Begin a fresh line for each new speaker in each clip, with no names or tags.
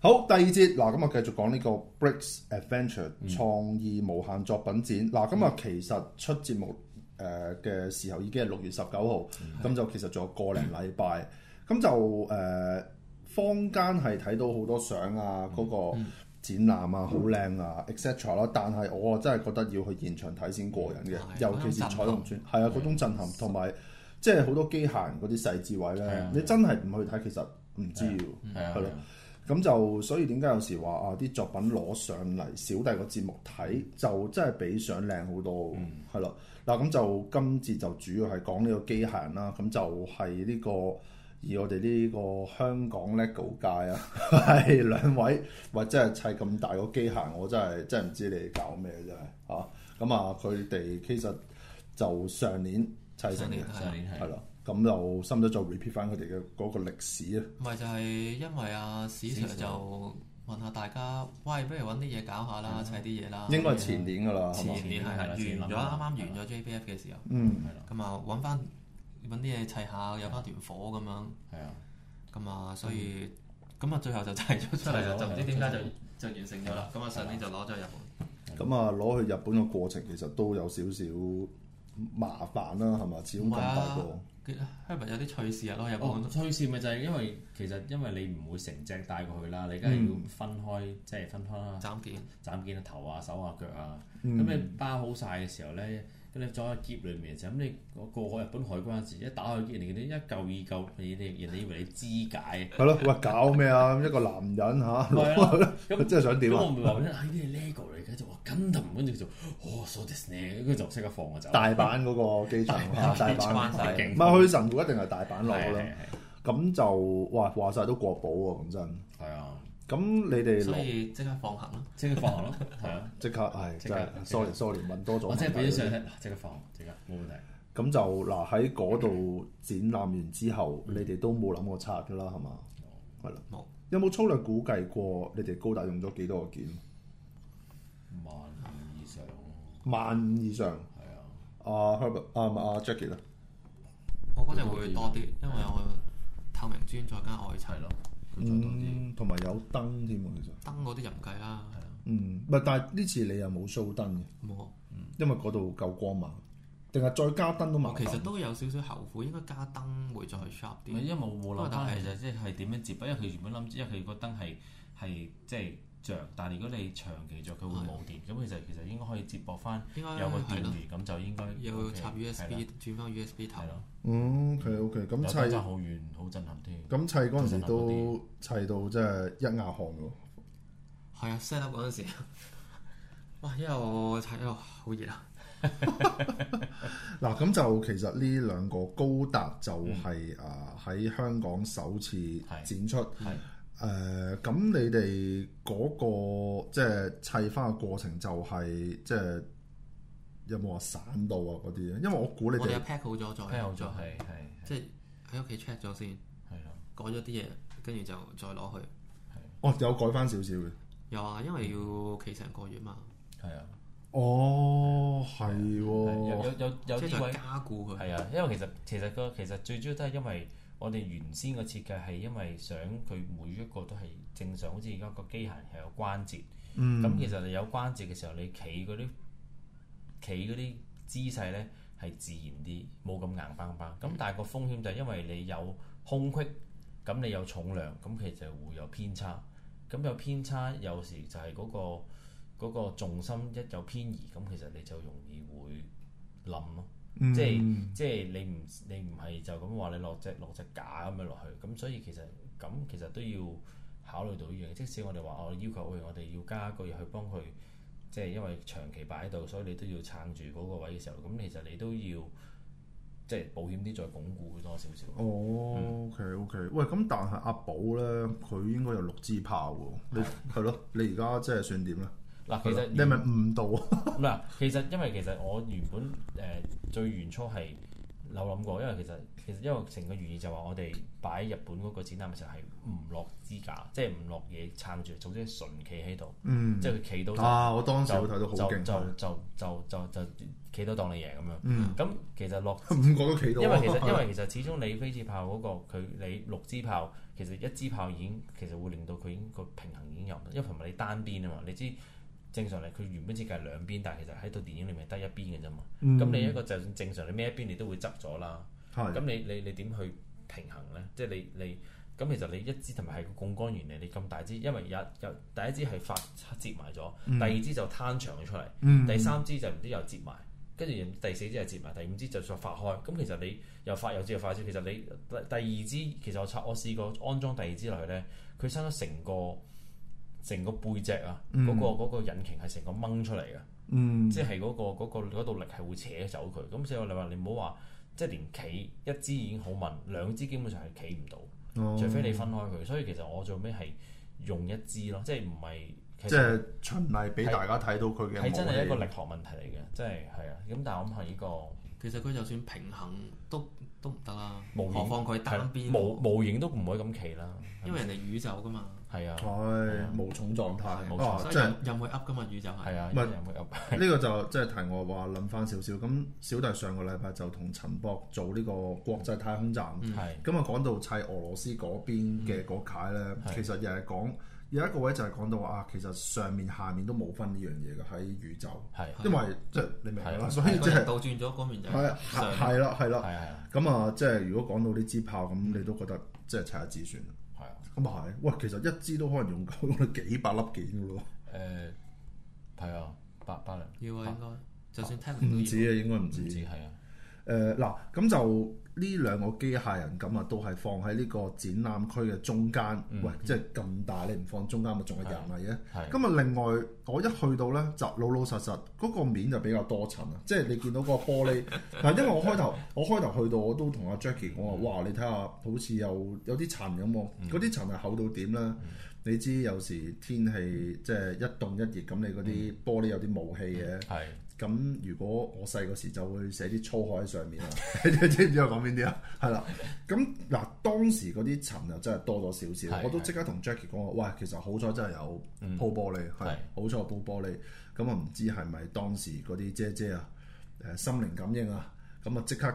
第二節嗱，咁啊繼續講呢個 Bricks Adventure 創意無限作品展。嗱，咁啊其實出節目誒嘅時候已經係六月十九號，咁就其實仲有個零禮拜。咁就誒坊間係睇到好多相啊，嗰個展覽啊好靚啊，etc 啦。但係我啊真係覺得要去現場睇先過癮嘅，
係
尤其是
嗰種震
彩
撼
虹村，係啊嗰種震撼同埋。即係好多機械人嗰啲細緻位咧，你真係唔去睇，其實唔知喎，
嗯
係啊
係咯。咁就所以點解有時話啊啲作品攞上嚟小弟個節目睇，就真係比相靚好多喎，係咯、嗱咁就今次就主要係講呢個機械人啦，咁就係呢、個。以我哋呢個香港 LEGO 界啊， 係兩位，或真係砌咁大個機械，我真係真係唔知你哋搞咩真係嚇。咁啊，佢哋其實就上年砌成
上
嘅
年，
上年
係
係
啦。咁就深咗再 repeat 翻佢哋嘅嗰個歷史啊。
咪就係因為阿史 Sir 就問下大家，喂，不如揾啲嘢搞下啦，砌啲嘢啦。
應該係前年㗎啦，係嘛？
啊前年係
前年係啦
完咗，
前年
啱
啦
啱完咗 JPF 嘅時候，
嗯，
係啦，
咁啊揾翻揾啲嘢砌下，有翻團火咁樣，
係啊，
咁啊所以咁啊最後就砌咗出嚟啦，
砌咗
就唔知點解
係啦
就就完成咗啦。咁啊上年就攞咗日本，
咁啊攞去日本嘅過程其實都有少少麻煩啦，係嘛？始終咁大
啊
個，
佢 Herbert 有啲趣事啊攞去日
哦
本，，
趣事咪就係因為其實因為你唔會成隻帶過去啦，你梗
嗯
係要分開，即係分開啦，
斬件
斬件啊頭啊手啊腳啊，
嗯
咁你包好晒嘅時候咧，咁你裝喺篋裏面嘅時候，咁你過海日本海關嗰時，一打開篋，人哋一嚿二嚿，你哋人哋以為你肢解。啊
係咯，喂，搞咩啊？一個男人嚇，
係啊咁
真係想點
咁我
啊？
咪話俾你聽，啊呢啲係 LEGO 嚟嘅，就話跟同跟住就哦，so this 咧，跟住就即刻放我走。
大阪嗰個機 場啊大
關
阪
晒
唔係去神戶一定係大阪落㗎
啊
啦。咁就哇話晒都國寶喎，講真。
係啊，
咁你哋
所
攞
以即刻放行啦。
即刻放學咯，係啊，
即刻係
即
真
刻
係，sorry sorry，問多咗
我
問題啦。
即係俾咗上去，嗱即刻放學，即刻冇問題。
咁就嗱喺嗰度展覽完之後，你哋都冇諗過拆㗎啦，係嘛？係啦，
冇
有嗯冇粗略估計過你哋高達用咗幾多個件？
萬五以上咯，
萬五以上。
係啊，
阿 Herbert 啊唔係阿 Jackie 啦，
我嗰陣會多啲，因為我透明磚再加外砌
係
咯，
咯，佢再多啲。
嗯同埋有燈添喎，其實。
燈嗰啲就唔計啦，
嗯，唔係，但係呢次你又冇 show 燈嘅，
冇。
因為嗰度夠光猛，定係再加燈都麻
我
煩。
哦其實都有少少後悔，應該加燈會再 sharp
唔係
啲。
因為我冇諗
不過
翻
但
其
係
實即係點樣接，因為佢原本諗住，因為佢個燈係係即係着，但係如果你長期着，佢會冇電。咁其實其實應該可以接駁翻
應該
有個電
啊係咯
源，咁就應該
有
OK，
插
係啦
USB 轉翻 USB 頭
係，咯。
嗯，OK OK，咁
有
砌
真係好遠，好震撼添。
咁砌嗰陣時
真係嗰
都
啲
砌到真係一額汗喎。
係啊 set up 嗰陣時， 哇！因為我睇到好熱啊，
嗱，咁就其實呢兩個高達就係啊喺香港首次展出。
嗯係
嗯
誒，咁、你哋嗰、個即係砌翻嘅過程就係、即係有冇話散到啊嗰啲咧？因為我估你
我哋有
哋
pack 好咗再
聽好咗，
再
係係
即係喺屋企 check 咗先，
係咯，
改咗啲嘢，跟住就再攞去。
哦有改翻少少嘅。
有啊，因
嗯
為要企成個月嘛，
係啊，
哦，係
係
喎、
有有有
即係
有啲
再
位
加固佢。
係啊，因為其實其實個其實最主要都係因為我哋原先個設計係因為想佢每一個都係正常，好似而家個機械人係有關節。
嗯，
咁其實你有關節嘅時候，你企嗰啲企嗰啲姿勢咧係自然啲，冇咁硬邦邦。咁但係個風險就係因為你有空隙，咁你有重量，咁其實就會有偏差。咁有偏差，有時就係嗰、個嗰、個重心一有偏移，咁其實你就容易會冧咯。
嗯
即係即係你唔你唔係就咁話你落只落只架咁樣落去，咁所以其實咁其實都要考慮到呢樣嘢。即使我哋話我要求，喂，我哋要加個嘢去幫佢，即係因為長期擺喺度，所以你都要撐住嗰個位嘅時候，咁其實你都要即係保險啲再鞏固多少少。嗯
哦，OK OK，喂，咁但係阿寶咧，佢應該有六支炮喎， 你係咯，你而家即係算點咧？
嗱，其實
你係咪誤導啊？
嗱，其實因為其實我原本誒、呃最原初係有諗過，因為其實其實因為成個原意就話我哋擺日本嗰個展覽嘅時候係唔落支架，即係唔落嘢撐住，總之係純企喺度，
嗯
即係佢企到就
啊！我當時
就
會睇到好
就
勁，
就就就就就企到當你贏咁樣。
嗯，
咁其實落，
五個都企到啊。
因為其 實因為其實始終你飛紙炮嗰、個佢你六支炮，其實一支炮已經其實會令到佢已經個平衡已經有唔同，因為同埋你單邊啊嘛，你知正常嚟佢原本設計係兩邊，但係其實喺套電影裡面得一邊嘅啫嘛。
嗯
咁、你一個就算正常你咩一邊你都會執咗啦。
係
咁你你你點去平衡呢？即係你你咁其實你一支同埋係個槓桿原理，你咁大支，因為有有第一支係發折埋咗，
嗯
第二支就攤長咗出嚟，第三支就唔知又折埋。跟住第四支又折埋，第五支就再發開。咁其實你又發又折又發折，其實你第第二支其實我拆我試過安裝第二支落去呢，佢生咗成個成個背脊啊，嗰、個嗰、個引擎係成個掹出嚟嘅。
嗯
即係嗰、個嗰、個嗰度力係會扯走佢。咁所以我哋話你唔好話，即係連企一支已經好問，兩支基本上係企唔到，
哦
除非你分開佢。所以其實我最尾係用一支咯，即係唔係其
即
實
係循例俾大家睇到佢嘅
係真係一個力
武器。
學問題嚟嘅，即係係啊。咁但係我諗係呢個
其實佢就算平衡都都唔得啦，何
模型
況佢單邊
係模模型都唔可以咁企啦，
因為人哋宇宙噶嘛，
係啊
係無重狀態
冇哦
啊！
所以
即係
任任佢噏噶嘛，宇宙係
係啊，
唔係
有冇有？
呢個就即係題外話，諗翻少少。咁小弟上個禮拜就同陳博做呢個國際太空站，
嗯
係
咁啊講到砌俄羅斯嗰邊嘅嗰解咧，
嗯係
其實又係講有一個位就係講到話啊，其實上面下面都冇分呢樣嘢嘅喺宇宙，
係
啊
因為即係你明
係
啦，
啊
所以即
嗰人
係
倒轉咗嗰面就
係啊
上
係係啦係
係
啦。
啊係啊
咁啊，即係如果講到呢支炮，咁你都覺得即係砌下支算啦。
係啊。
咁啊係，喂，其實一支都可能用夠用到幾百粒件嘅咯
誒係啊，八八零
要啊應該，就算聽
喎，唔
唔到
止啊，應該唔
唔
止
止。係啊，
誒嗱，咁就呢兩個機械人咁啊，都係放喺呢個展覽區嘅中間。喂，即係咁大，你唔放中間咪仲係人嚟嘅？
係
咁啊，另外我一去到呢，就老老實實嗰、個面就比較多層啊，即係你見到個玻璃。嗱，因為我開頭我開頭去到我都同阿 Jackie 講話，哇！你睇下好似有有啲塵咁喎，嗰啲塵係厚到點呢？你知有時天氣即係一凍一熱，咁你嗰啲玻璃有啲霧氣嘅。
係
咁如果我細個時就會寫啲粗口喺上 面啦，你知唔知我講邊啲啊？係啦，咁嗱當時嗰啲塵又真係多咗少少，
係嗯
我都即刻同 Jackie 講話，喂，其實好彩真係有鋪玻璃，係
係
好彩有鋪玻璃，咁啊唔知係咪當時嗰啲姐姐啊，誒心靈感應啊，咁啊即刻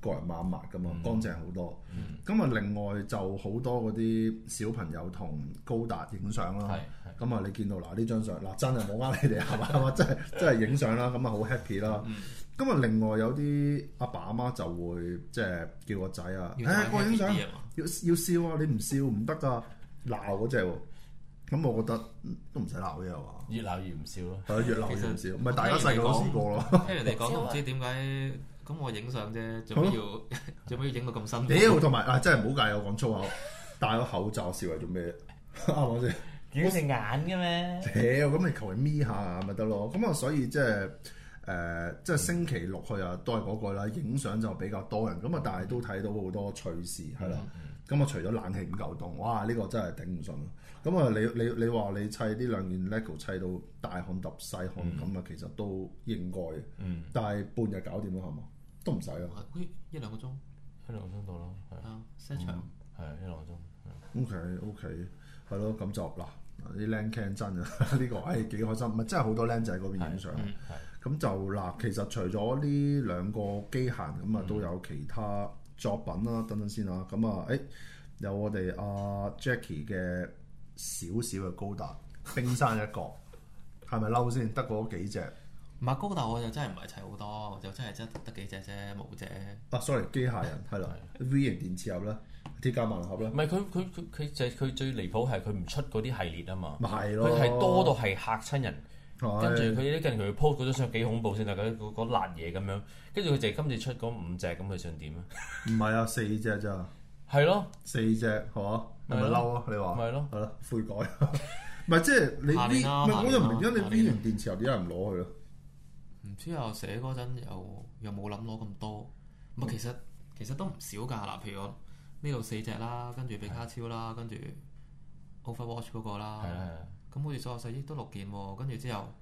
個人抹一抹咁啊，
嗯
乾淨好多。咁啊另外就好多嗰啲小朋友同高達影相啦
係。
咁啊，你見到嗱呢張相嗱真係冇呃你哋係嘛係嘛，真係真係影相啦，咁啊好 happy 啦。咁啊，另外有啲阿爸阿媽就會即係叫個仔啊，
要
誒過嚟
大家
影相，
啲嘢嘛
要要笑啊，你唔笑唔得噶，鬧嗰只喎。咁我覺得嗯都唔使鬧嘅係嘛，
越鬧越唔笑咯。
係啊越鬧
其
越
實
唔笑，唔係大家細個都試過咯。
聽人哋講都唔知點解，咁我影相啫，做咩要 做咩要影到咁辛苦？
屌，同埋啊真係唔好介意我講粗口，戴咗口罩笑係做咩？啱唔啱先？
屌隻眼嘅咩？
屌，咁你求其搣下咪得咯。咁啊，所以即係誒，即係星期六去啊，都係嗰個啦。影相就比較多人，咁啊，但係都睇到好多趣事係
嗯
啦。咁啊，除咗冷氣唔夠凍，哇！呢個真係頂唔順咯。咁啊，你你你話你砌呢兩件 LEGO 砌到大汗揼細汗咁啊，其實都應該嘅。
嗯，
但係半日搞掂啦，係嘛？都唔使啊。
好似一兩個鐘
一兩個鐘到咯，係啊
啊，set
嗯
場
係一兩個鐘。
OK OK，係咯，咁就嗱嗱啲靚 can 真啊， 呢個誒幾開心，唔係真係好多靚仔嗰邊影
嗯
相。咁就嗱，其實除咗呢兩個機械人
嗯
咁啊，都有其他作品啦，等等先啦。咁啊，誒有我哋阿 Jackie 嘅少少嘅高達，冰山一角， 係咪嬲先？得嗰幾隻啊
唔係高達我就真係唔係砌好多，我就真係真係得幾隻啫，冇隻。
啊，sorry，機械人係啦，V 型電池盒啦，鐵甲萬能俠啦
唔，係佢佢佢佢就係佢最離譜係佢唔出嗰啲系列啊嘛，
咪係咯，
佢係多到係嚇親人。
係
跟住佢呢近期佢 post 嗰張相幾恐怖先啦，嗰嗰嗰辣嘢咁樣。跟住佢就係今次出嗰五隻，咁佢想點啊？
唔係啊，四隻咋。
係咯，
四隻係嘛？係咪
係咯
嬲啊？你話
咪係咯
係咯，悔改。 唔係即係你
下年
V，
啦
唔係我就唔明點
下
解
年
你
啦
V 型電池有啲人唔攞佢咯？
唔知啊，寫嗰陣又又冇諗攞咁多，唔係其實其實都唔少㗎嗱，譬如我呢度四隻啦，跟住比卡超啦，跟住 Overwatch 嗰個
係啦係
啦，
啦，
咁好似所有細啲都六件喎，跟住之後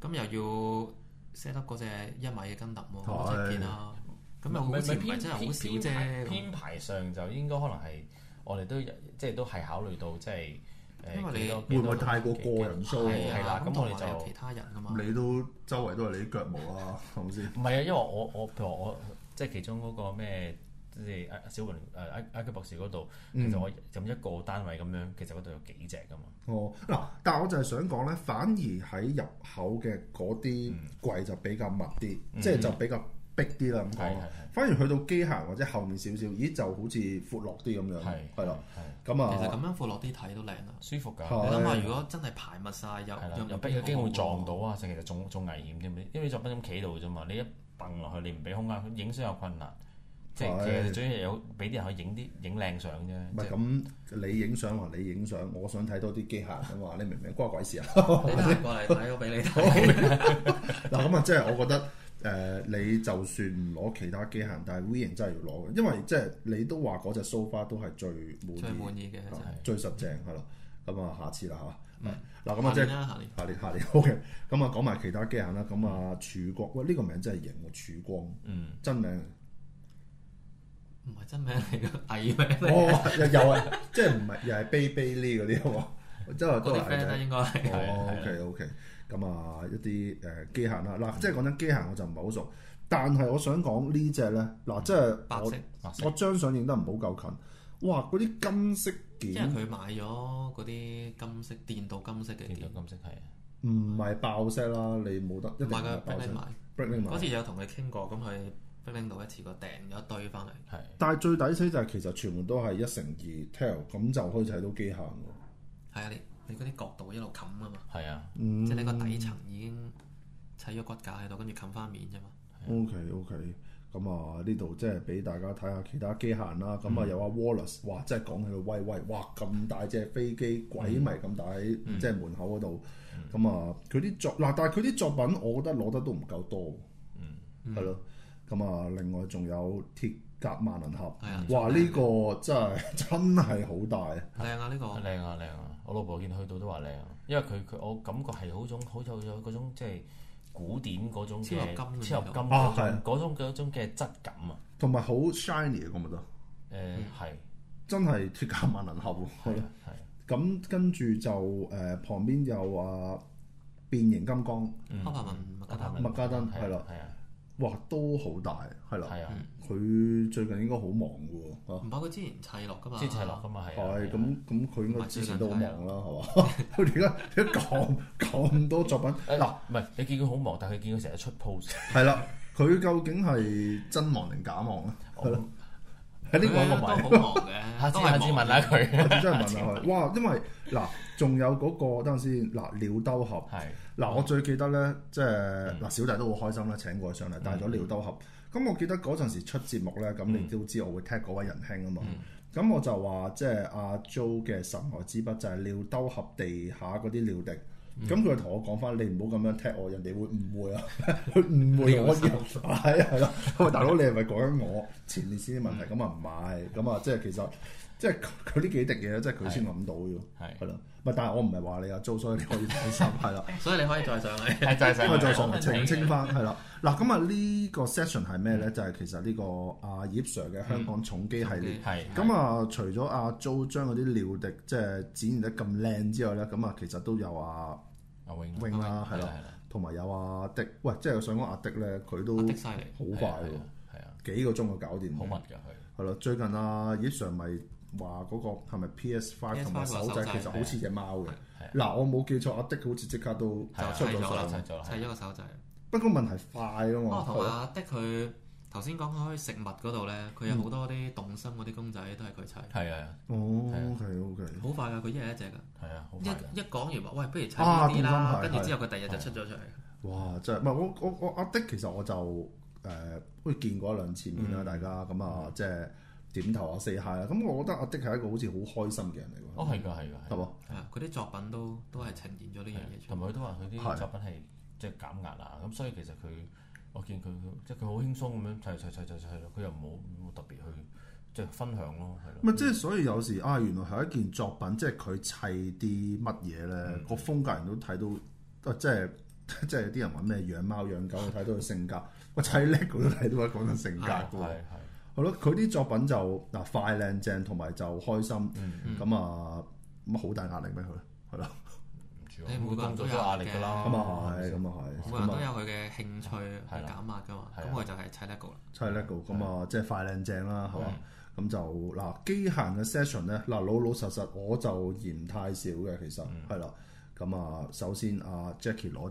咁又要 set up 嗰隻一米嘅跟揼喎，
係
咁七件啦，咁又好似唔係真係好少
編排
啫。
編排上就應該可能係我哋都有即係都係考慮到即係誒
因為你
幾多
會唔會
幾多
太過個人
係
show
係
啊？
係
啦
啦，
咁
咁我哋
我哋
就
就
有其他人噶嘛。
你都周圍都係你啲腳毛啦，係咪先？
唔係啊，因為我我譬如我即係其中嗰個咩，即係啊小雲誒埃埃及博士嗰度，其實我咁一個單位咁樣，其實嗰度有幾隻噶嘛。
哦，嗱，但係我就係想講咧，反而喺入口嘅嗰啲櫃就比較密啲，即係就比較逼啲啦咁
係
講
係。
反而去到機械或者後面少少，咦就好似闊落啲咁樣，
係
係啦。
係
咁
其實
啊，
咁樣闊落啲睇都靚啊！
舒服
係
㗎，
你諗下，如果真係排密晒，又
哦係啦，
又
又逼有機會撞到啊，其實仲仲危險添，因為你作品咁企喺度啫嘛，你一蹦落去，你唔俾空間，影相有困難。即係其
係
實最緊要有俾啲人去影啲影靚相啫。
唔
即
係
係
咁呃你影相還你影相，我想睇多啲機械啊嘛，你明唔明？關我鬼 事啊！
你行過嚟睇，我俾你睇。
嗱咁啊，即係我覺得誒、呃你就算唔攞其他機械，但係 V 型真係要攞嘅，因為即係你都話嗰只 sofa 都係最滿
最
意、啊
滿意嘅就係嗯
最實正係啦。咁啊，下次啦嚇。嗱咁啊，
下
即係
年啦，下年
下年下年 OK。咁啊，講埋其他機械啦。咁啊，曙光喂，呢、個名真係型喎，曙光
嗯，
真名
唔係真名嚟嘅，藝名嚟嘅。
哦，又又係即係唔係又係 baby 呢嗰啲喎，真係
嗰
都
啲
係
friend 啊
仔
咧應該係
哦，OK OK，咁啊一啲誒機械啦，嗱，即係講真機械我就唔係好熟，但係我想講呢只咧，嗱，即係
白
我
色，
白色
我張相影得唔好夠近，哇！嗰啲金色
因為
件
佢買咗嗰啲金色電鍍金色嘅
見
件，
到金色係啊
唔係爆色啦，你冇得一定
買
唔係
嘅
爆
Black
色
Link 買。
，break 你
嗰次
買。
有同佢傾過，咁佢 Black Link 到一次過訂咗一堆翻嚟。
係
但係最抵死就係其實全部都係一乘二 tail，咁就可以睇到機械喎。
係啊，你你嗰啲角度一路冚啊嘛，
係啊，
嗯
即係你個底層已經砌咗骨架喺度，跟住冚翻面啫嘛。
O K O K，咁啊呢度即係俾大家睇下其他機械啦。咁啊有阿 Wallace，哇！真係講起佢威威，哇咁大隻飛機，鬼迷咁大喺即係門口嗰度。咁啊佢啲作嗱，但係佢啲作品，我覺得攞得都唔夠多，
嗯
係咯。咁啊，另外仲有鐵甲萬能俠
係啊，
嗯哇！呢個真係 真係好大啊！
靚啊呢個，
靚啊靚啊！我老婆見去到都話靚啊，因為佢佢我感覺係好種好有有嗰種即係古典嗰種嘅哦
超合金嘅
超合金
啊
嗰種嗰種嗰種嘅質感啊！
同埋好 shiny 啊，我覺得
誒係
真係鐵甲萬能俠喎。係
係
咯
啊係啊
咁跟住就誒、呃旁邊有啊變形金剛。
黑白文麥加登
麥加登係
嗯係
啦
啦，係啊，
哇，都好大，係啦。
係啊，
佢最近應該好忙嘅喎，啊
唔包括之前砌落噶嘛，
支持落噶嘛係啊，
係
係啊
咁咁，佢應該
咪最
之前
近
都好忙啦，係嘛？ 佢而家一講講咁多作品，
誒
嗱，
唔係你見佢好忙，但係佢見佢成日出 post，
係啦，佢究竟係真忙定假忙咧？係咯，喺呢個
佢 都
我
好忙嘅，
下次
都
下
係
次
忙
問下 佢，
真係問下佢，哇！因為嗱，仲有嗰個等陣先，嗱，鳥兜俠。
係
嗱，我最記得咧，即係嗱，小弟都好開心啦，請過佢上嚟，帶咗尿兜盒。咁我記得嗰陣時出節目咧，咁你都知我會踢嗰位仁兄啊嘛。咁我就話即係阿 Jo 嘅神來之筆就係尿兜盒地下嗰啲尿滴。咁佢就同我講翻，你唔好咁樣踢我，人哋會誤會啊！佢誤會我嘅，係啊係啦。喂，大佬你係咪講緊我前列腺啲問題？咁啊唔係，咁啊即係其實即係佢呢幾滴嘢，即係佢先諗到嘅喎。
係
係啦，唔係但係我唔係話你阿 Jo，所以你可以放心係啦。
所以你可以再上去。
係就係
因為再
上
上嚟澄清翻係啦。嗱，咁啊呢個 session 係咩咧？就係其實呢個阿葉 Sir 嘅香港重機系列。
係
咁啊，除咗阿 Jo 將嗰啲尿滴即係展現得咁靚之外咧，咁啊其實都有阿
阿永
永啦，係啦，
係啦啊係啦，
同埋有阿迪。喂，即係我想講阿迪咧，佢都
阿迪犀利，
好快
係啊
喎，，
係啊，
幾個鐘就搞掂
好密
喎。
㗎
嗯
佢，
係啦，最近阿葉 Sir 咪話嗰個係咪 PS Five 同埋
PS5
手掣
手掣
其實好似只貓嘅
係。
係
嗱，我冇記錯，阿迪好似即刻都
係啊
出
就砌
咗
咗
手
啦，
出
砌
咗啦
砌咗個手掣。
不過問題快啊
哦，
嘛，
同埋阿的佢頭先講開食物嗰度咧，佢有好多啲動心嗰啲公仔都係佢砌，好
係啊
哦
係啊
，OK OK，
快噶，佢一日一隻噶。
係啊，好快㗎
一一講完話，喂，不如砌呢
啊
啲
動心
啦，
係
跟住之後佢第二日就出咗出嚟。
哇！真係唔係我我我阿的其實我就誒好似見過一兩次面
嗯
啦，大家咁啊，即係點頭啊 say hi 啦。咁我覺得阿的係一個好似好開心嘅人嚟
哦
㗎，
係㗎係㗎
係嘛？
係啊，佢啲作品都都係呈現咗呢樣嘢出嚟。
同埋佢都話佢
係
啲作品係即係減壓啊，咁所以其實佢我見佢佢即係佢好輕鬆咁樣砌砌砌砌砌，佢又冇冇特別去即係分享咯，係咯，
咪即係所以有時啊，原來係一件
嗯
作品，即係佢砌啲乜嘢咧，個風格人都睇到，啊即係即係啲人話咩養貓養狗，睇到佢性格，我砌叻佢都睇到佢講緊性格
係
嘅喎。
係係
啊係咯，佢啲作品就嗱快靚正，同埋就開心，咁啊咁好大壓力俾佢，係咯，
唔住
你每
我
個
工
人
作
都有
都有壓力㗎啦，
咁啊係，咁啊係，
每個人
咁
都
啊
有佢嘅興趣去
係啦
減壓噶嘛，
係
咁
啦
我就係砌 lego 啦。
砌叻佢，咁啊即係快靚正啦，係嘛？咁就嗱機械嘅 session 咧，嗱老老實實我就嫌太少嘅，其實係啦。咁啊，首先啊 Jackie 攞啲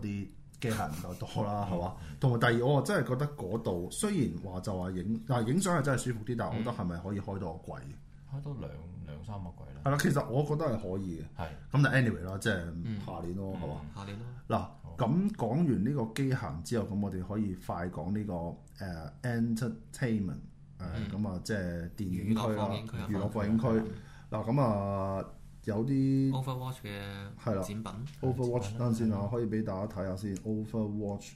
機械唔夠多啦，係嘛？同埋第二，我真係覺得嗰度雖然話就話影嗱影相係真係舒服啲，但係我覺得係咪可以開到個櫃？
開到兩兩三個季啦，
係啦，其實我覺得係可以嘅。
係
咁但 anyway 啦，即係下年咯，係嘛？
下年咯，
嗱，咁講完呢個機械之後，咁我哋可以快講呢、個誒、entertainment 誒咁啊，即係電影區啦
娛樂放
娛樂放映
映區啊，
區。哦嗱咁啊，有啲
Overwatch
係啦
嘅展品
Overwatch 等陣先啊，可以俾大家睇下先。Overwatch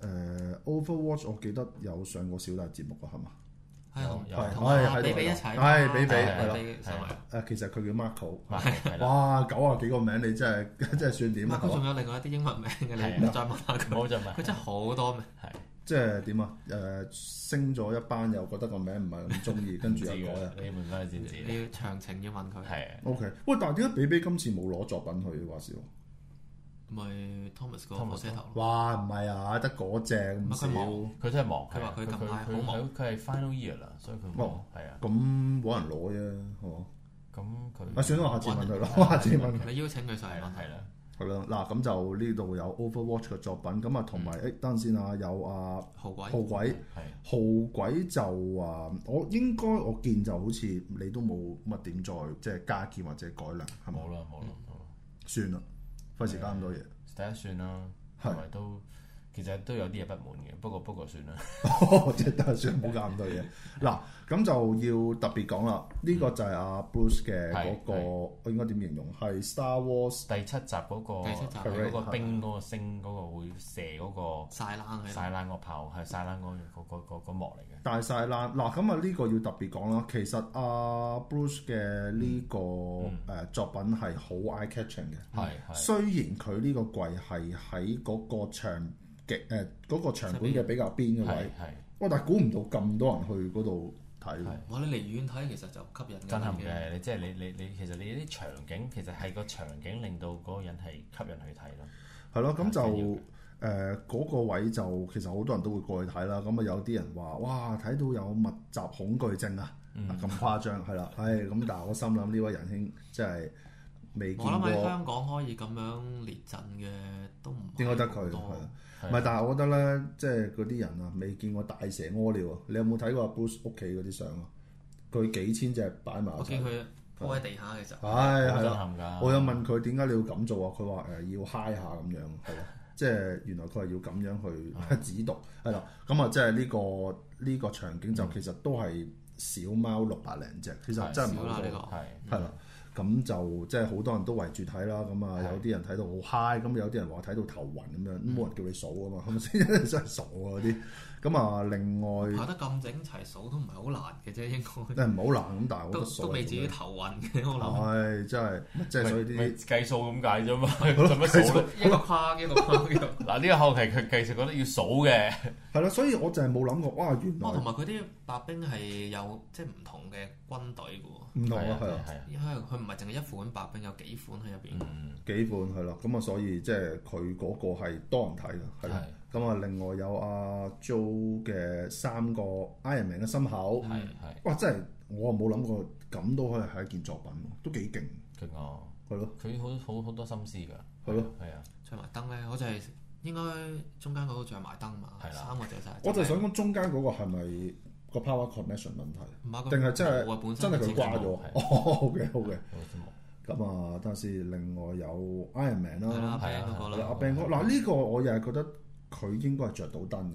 誒、Overwatch 我記得有上過小弟節目啊，係嘛？
係同
有
哎同
係喺
阿
度
比比一
有
齊，啊
係比比
係啦
比比上嚟。
誒、呃其實佢叫 Marco。
係啦，
哇，九啊幾個名你真係 真係算點
唔係
啊？係
佢
嘛
仲有另外一啲英文名嘅，
係啊
你唔再問下佢。
冇就咪
佢真係好多名，
係
即係點啊？誒、升咗一班又覺得個名唔係咁中意，跟
唔
住
知
又改啊
㗎，。你問翻佢先知啦，
你要詳情要問佢。
係啊
O K，喂，但係點解比比今次冇攞作品去話事喎？
咪 Thomas 個
Thomas
火車頭咯，
哇，唔係啊，得嗰只咁少，
乜佢
咁
忙
佢真係忙，
佢話佢近排好
佢
忙
佢佢係 final year 啦，所以佢忙
哦
係啊，
冇人攞啫，係嘛？
咁佢
啊，算啦，我下次問佢啦，我下次問佢。
你邀請佢上
係
嚟
啦
問
係
係
啦，
係啦，嗱咁就呢度有 Overwatch 嘅作品，咁啊同埋誒等陣先啊，有啊
好鬼
號鬼，
係
號鬼就啊，我應該我見就好似你都冇乜點再即係加建或者改良，係咪？
冇啦冇啦冇啦。
算啦，費事加咁多嘢。
第一算啦，
係
同埋都其實都有啲嘢不滿嘅，不過不過算啦，
即哦係得算唔好搞咁多嘢。嗱，咁就要特別講啦，呢、個就係阿 Bruce 嘅嗰、個，我應該點形容？係 Star Wars
第七集嗰個
第七集
嗰個冰嗰個星嗰個會射嗰個
晒冷佢啦，
晒冷個炮係晒冷嗰個個個個幕嚟嘅，
大晒啦。嗱，咁啊呢個要特別講啦。其實阿、Bruce 嘅呢、個誒、作品係好 eye catching 嘅。
嗯係係
雖然佢呢個櫃係喺嗰個場嘅誒嗰個場館嘅比較邊嘅
係
位，
係
哇！但係估唔到咁多人去嗰度睇喎。
係
我哋離遠睇其實就吸引㗎
震
啦
撼
已經
嘅，你即係你你你其實你啲場景其實係個場景令到嗰個人係吸引去睇咯，
係咯，咁就
啊
係緊要
誒嗰、個位就其實好多人都會過去睇啦。咁啊有啲人話：哇，睇到有密集恐懼症啊！
嗯
啊咁、誇張係啦，唉咁，但係我心諗呢位仁兄真係未見
我諗喺
過，
香港可以咁樣列陣嘅都唔係
點解得佢
好
係
多
啊？唔係，但係我覺得咧，即係嗰啲人啊，未見過大蛇屙尿啊！你有冇睇過阿 Bruce 屋企嗰啲相啊？佢幾千隻擺埋一
我見
齊，
佢
啊
鋪喺地下其實
唉
好
係
震
啦。
撼㗎。
我有問佢點解你要咁做啊？佢話誒要嗨下咁樣，係咯，即係原來佢係要咁樣去指導，係啦。咁啊，即係呢個呢、個場景就其實都係小貓六百零隻，其實
係
真係唔
少
係
啦
好
呢
多，
個，
係
係啦。咁就即係好多人都圍住睇啦，咁啊
係
有啲人睇到好嗨，咁有啲人話睇到頭暈咁
嗯
樣，冇人叫你數啊嘛，係咪先？ 真係傻啊嗰啲。咁啊，另外
排得咁整齊數都唔係好難嘅啫， 應
誒
該
唔好難咁，但係我覺得
都都
數啊
未至於啊
係
頭暈嘅，我諗
係真係，即係所以
咪
啲
計數咁解啫嘛， 做乜數咧？
一個框一個框一個框。
嗱呢個後期佢計數覺得要數嘅，
係啦，所以我就係冇諗過，哇原來
哦，同埋佢啲白兵係有即係唔同嘅軍隊嘅喎，
唔同
係
啊，係啊。
係啊，
因為佢唔係淨係一款白兵，有幾款喺入邊。
嗯
幾款係啦，咁啊，所以即係佢嗰個係多人睇嘅，係啦。咁啊，另外有阿 Jo 嘅三個 Iron Man 嘅心口
係，係
哇！真係我冇諗過咁都可以係一件作品喎，都幾勁，
勁啊！
係咯，
佢好好好多心思㗎，
係咯。
係啊，
着埋燈咧，好似係應該中間嗰個着埋燈嘛，
係啦
三個着晒燈。
我就想講中間嗰個係咪個 power connection 問題，
唔係佢
定係真
冇
係
啊本
真
身
係
就
佢
知
掛
冇
咗？
係
哦，好嘅，好嘅。
好節目
咁啊，等陣先。另外有 Iron Man
係啦，
啦，
阿
係
Ben
啊
嗰個
係啦
啦，
阿 Ben 哥嗱呢個我又係覺得佢應該係着到燈嘅，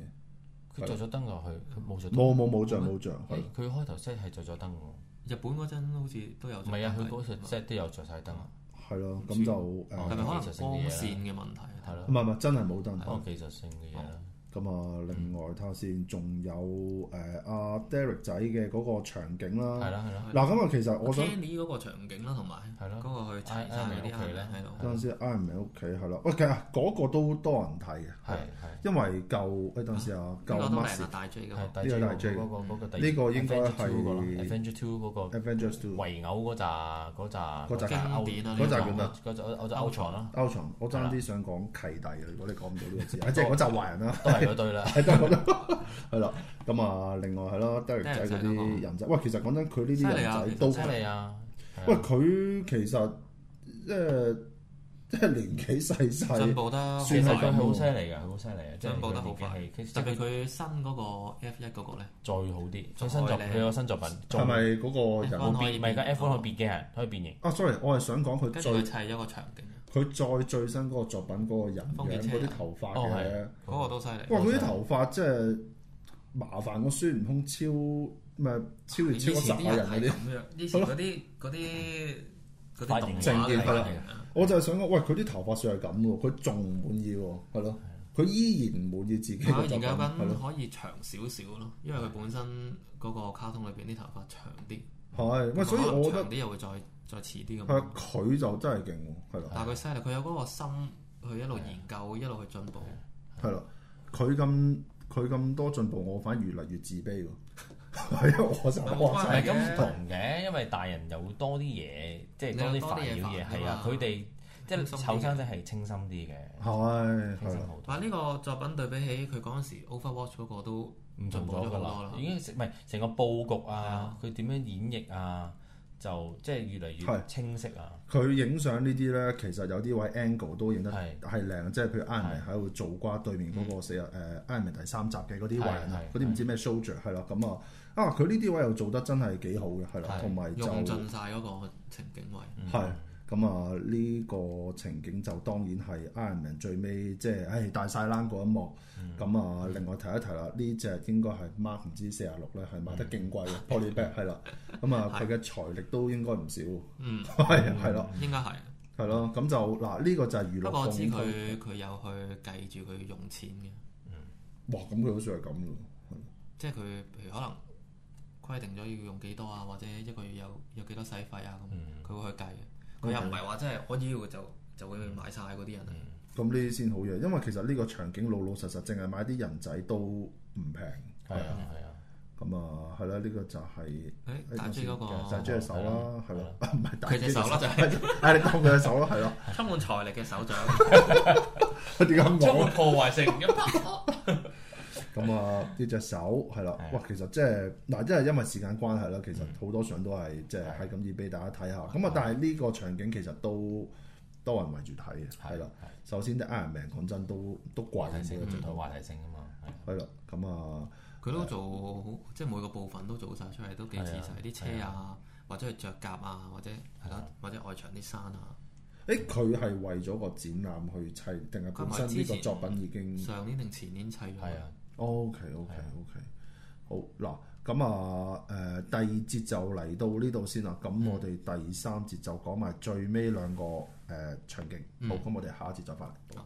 佢着咗燈㗎，佢佢冇着燈。
冇冇冇着冇着，係
誒佢開頭 set 係着咗燈㗎
日本嗰陣好似都有
喎，
着
唔
燈。
係啊，佢嗰時 set 都有着晒燈啊，
係咯，咁就誒
哦係咪可能光線嘅問題？
係咯
唔，係唔係，真係冇
可
燈。
能技術性嘅嘢啦，
咁啊，另外睇下先，仲有誒阿 Derek 仔嘅嗰個場景
係
啦。
啦係啦，
嗱，咁啊，其實我想
Kenny 嗰個場景啦，同埋
係咯
嗰個去砌晒嗰啲
Iron Man 屋企啦
喺度。
等陣先，Iron Man 屋企係啦。喂，其實嗰個都多人睇嘅，
係係。
因為舊誒等陣先啊，
呢
舊
個都
m a
靚
s
啊，大 J 嘅
係
喎。
大
呢個大 J
嗰個嗰個第
呢個應該係
Avenger Two 嗰個
Avengers Two
圍毆嗰扎嗰扎
嗰扎
歐
經典啊
嗰扎叫咩
嗰嗰扎歐洲歐藏啦，
歐場，我爭
啊
啲想講契弟啊嘅，如果你講唔到呢個字， 啊即係嗰集壞人啦。
哦
都係嗰 對啦。
係得啦，係啦。咁啊，另外係啦，Derek 仔
Derek
嗰
仔嗰個
啲人仔，喂，其實講真，佢呢啲
犀利啊
人仔都
犀利啊！
喂，佢其實即係即係年紀細
進
細，
步得
其
算
實
好
係
快
咁
佢好犀利㗎，佢好犀利啊！即係
進步得好快
佢年紀係
特
佢
別佢新嗰個 F 一嗰個咧，
再好啲，佢
再
新作
靚
佢有新作品，
係
仲
咪嗰個人
分
冇
可以
變，唔
變
係㗎 F1 可以變機械人，可以變形。
啊？sorry，我係想講佢
跟住佢
最
砌咗個場景，啊
佢再最新嗰個作品嗰個人
封面
樣
車
嗰啲頭髮
哦
嘅
係，
嗰個都犀利。
哇！佢啲頭髮即係麻煩過孫悟空超咪超越
以前
超過十
啲
個人
人
嗰
係
啲。
咁樣，以前嗰啲嗰啲嗰啲
髮
動
型
畫
正
嚟
嘅係啦
嘅。
我就係想講，喂，佢啲頭髮算係咁喎，佢仲唔滿意喎，係咯，佢依然唔滿意自己
佢
嘅作
啊
品，
研究
係
緊
咯，
可以長少少咯，因為佢本身嗰個卡通裏邊啲頭髮長啲，
係，喂，所以我覺得
長啲又會再再似啲
係
咁。
啊佢就真係勁喎，係咯，
但係佢犀利，佢有嗰個心，佢一路研究，一路去進步。
啊係啊咯，佢咁佢咁多進步，我反而越嚟越自卑喎，係因為我就
冇
我
唔
關
就
係
係
嘅
咁唔同嘅，因為大人有多啲嘢，即係多啲煩擾
你有
嘢，
多啲嘢煩㗎
係
嘛
啊，佢哋即
清新啲嘅
係後生仔係清新啲嘅，
係
清
係
新
啦
好多
但。係呢個作品對比起佢嗰陣時 Overwatch 嗰個都
唔同咗㗎啦，已經成唔係成個佈局啊，佢點樣演繹啊，就即係越嚟
係
越清晰啊，
佢影相呢啲咧，其實有啲位 angle 都影得
係
係靚，即係譬如 Iron Man 喺度做瓜對面嗰個死啊誒 Iron Man 第三集嘅嗰啲位啊，
係係
嗰啲唔知咩 soldier 係啦，咁啊啊佢呢啲位又做得真係幾好嘅，係啦，
係
同埋就
用盡晒嗰個情景位。
係。咁啊，呢個情景就當然係 Iron Man 最尾即係，唉大晒冷嗰一幕。
嗯
咁啊、另外提一提啦，呢只應該係 Mark 唔知四廿六咧，係賣得勁貴嘅 Polybag 係啦。咁啊，佢嘅財力都應該唔少，
嗯，
係啊係咯，
應該係。
係咯。咁就嗱，呢、個就係娛
不過我
樂
知
放推。
佢佢有去計住佢用錢嘅，
哇！咁佢好似係咁嘅喎。
即係佢譬如可能規定咗要用幾多啊，或者一個月有有幾多使費啊
嗯
咁，佢會去計嘅。佢又唔係話真係我要就就會買晒嗰啲人啊。
咁呢啲先好嘢，因為其實呢個場景老老實實，淨係買啲人仔都唔平。
係啊係啊，
咁啊，係啦，呢、個就係哎
誒，打機嗰
就係
個啊
將隻手啦， 係咯，唔係打
佢隻手啦，就 係
啊！你當佢隻手啦，係咯。
充滿財力嘅 手掌。
佢 點解
充
講？
滿破壞性咁，
咁啊，呢隻手係啦，
係
哇！其實即係嗱，即係因為時間關係啦，其實好多相都係即係係咁易俾大家睇下。咁啊，但係呢個場景其實都多人圍住睇嘅，係啦。首先啲 Iron Man 講真都都貴
話題性
嘅，
最多話題性啊嘛，係
係啦。咁啊，
佢都做好，即係每個部分都做晒出嚟，都幾仔細。啲車啊，或者佢着甲啊，或者係啦，或者外牆啲衫啊。
誒佢係為咗個展覽去砌，定係本身呢個作品已經？
上年定前年砌咗。
係啊，
O K O K O K，好嗱，咁啊誒、第二節就嚟到呢度先啦，咁我哋第三節就講埋最尾兩個誒、場景，好，咁我哋下一節再翻嚟。
好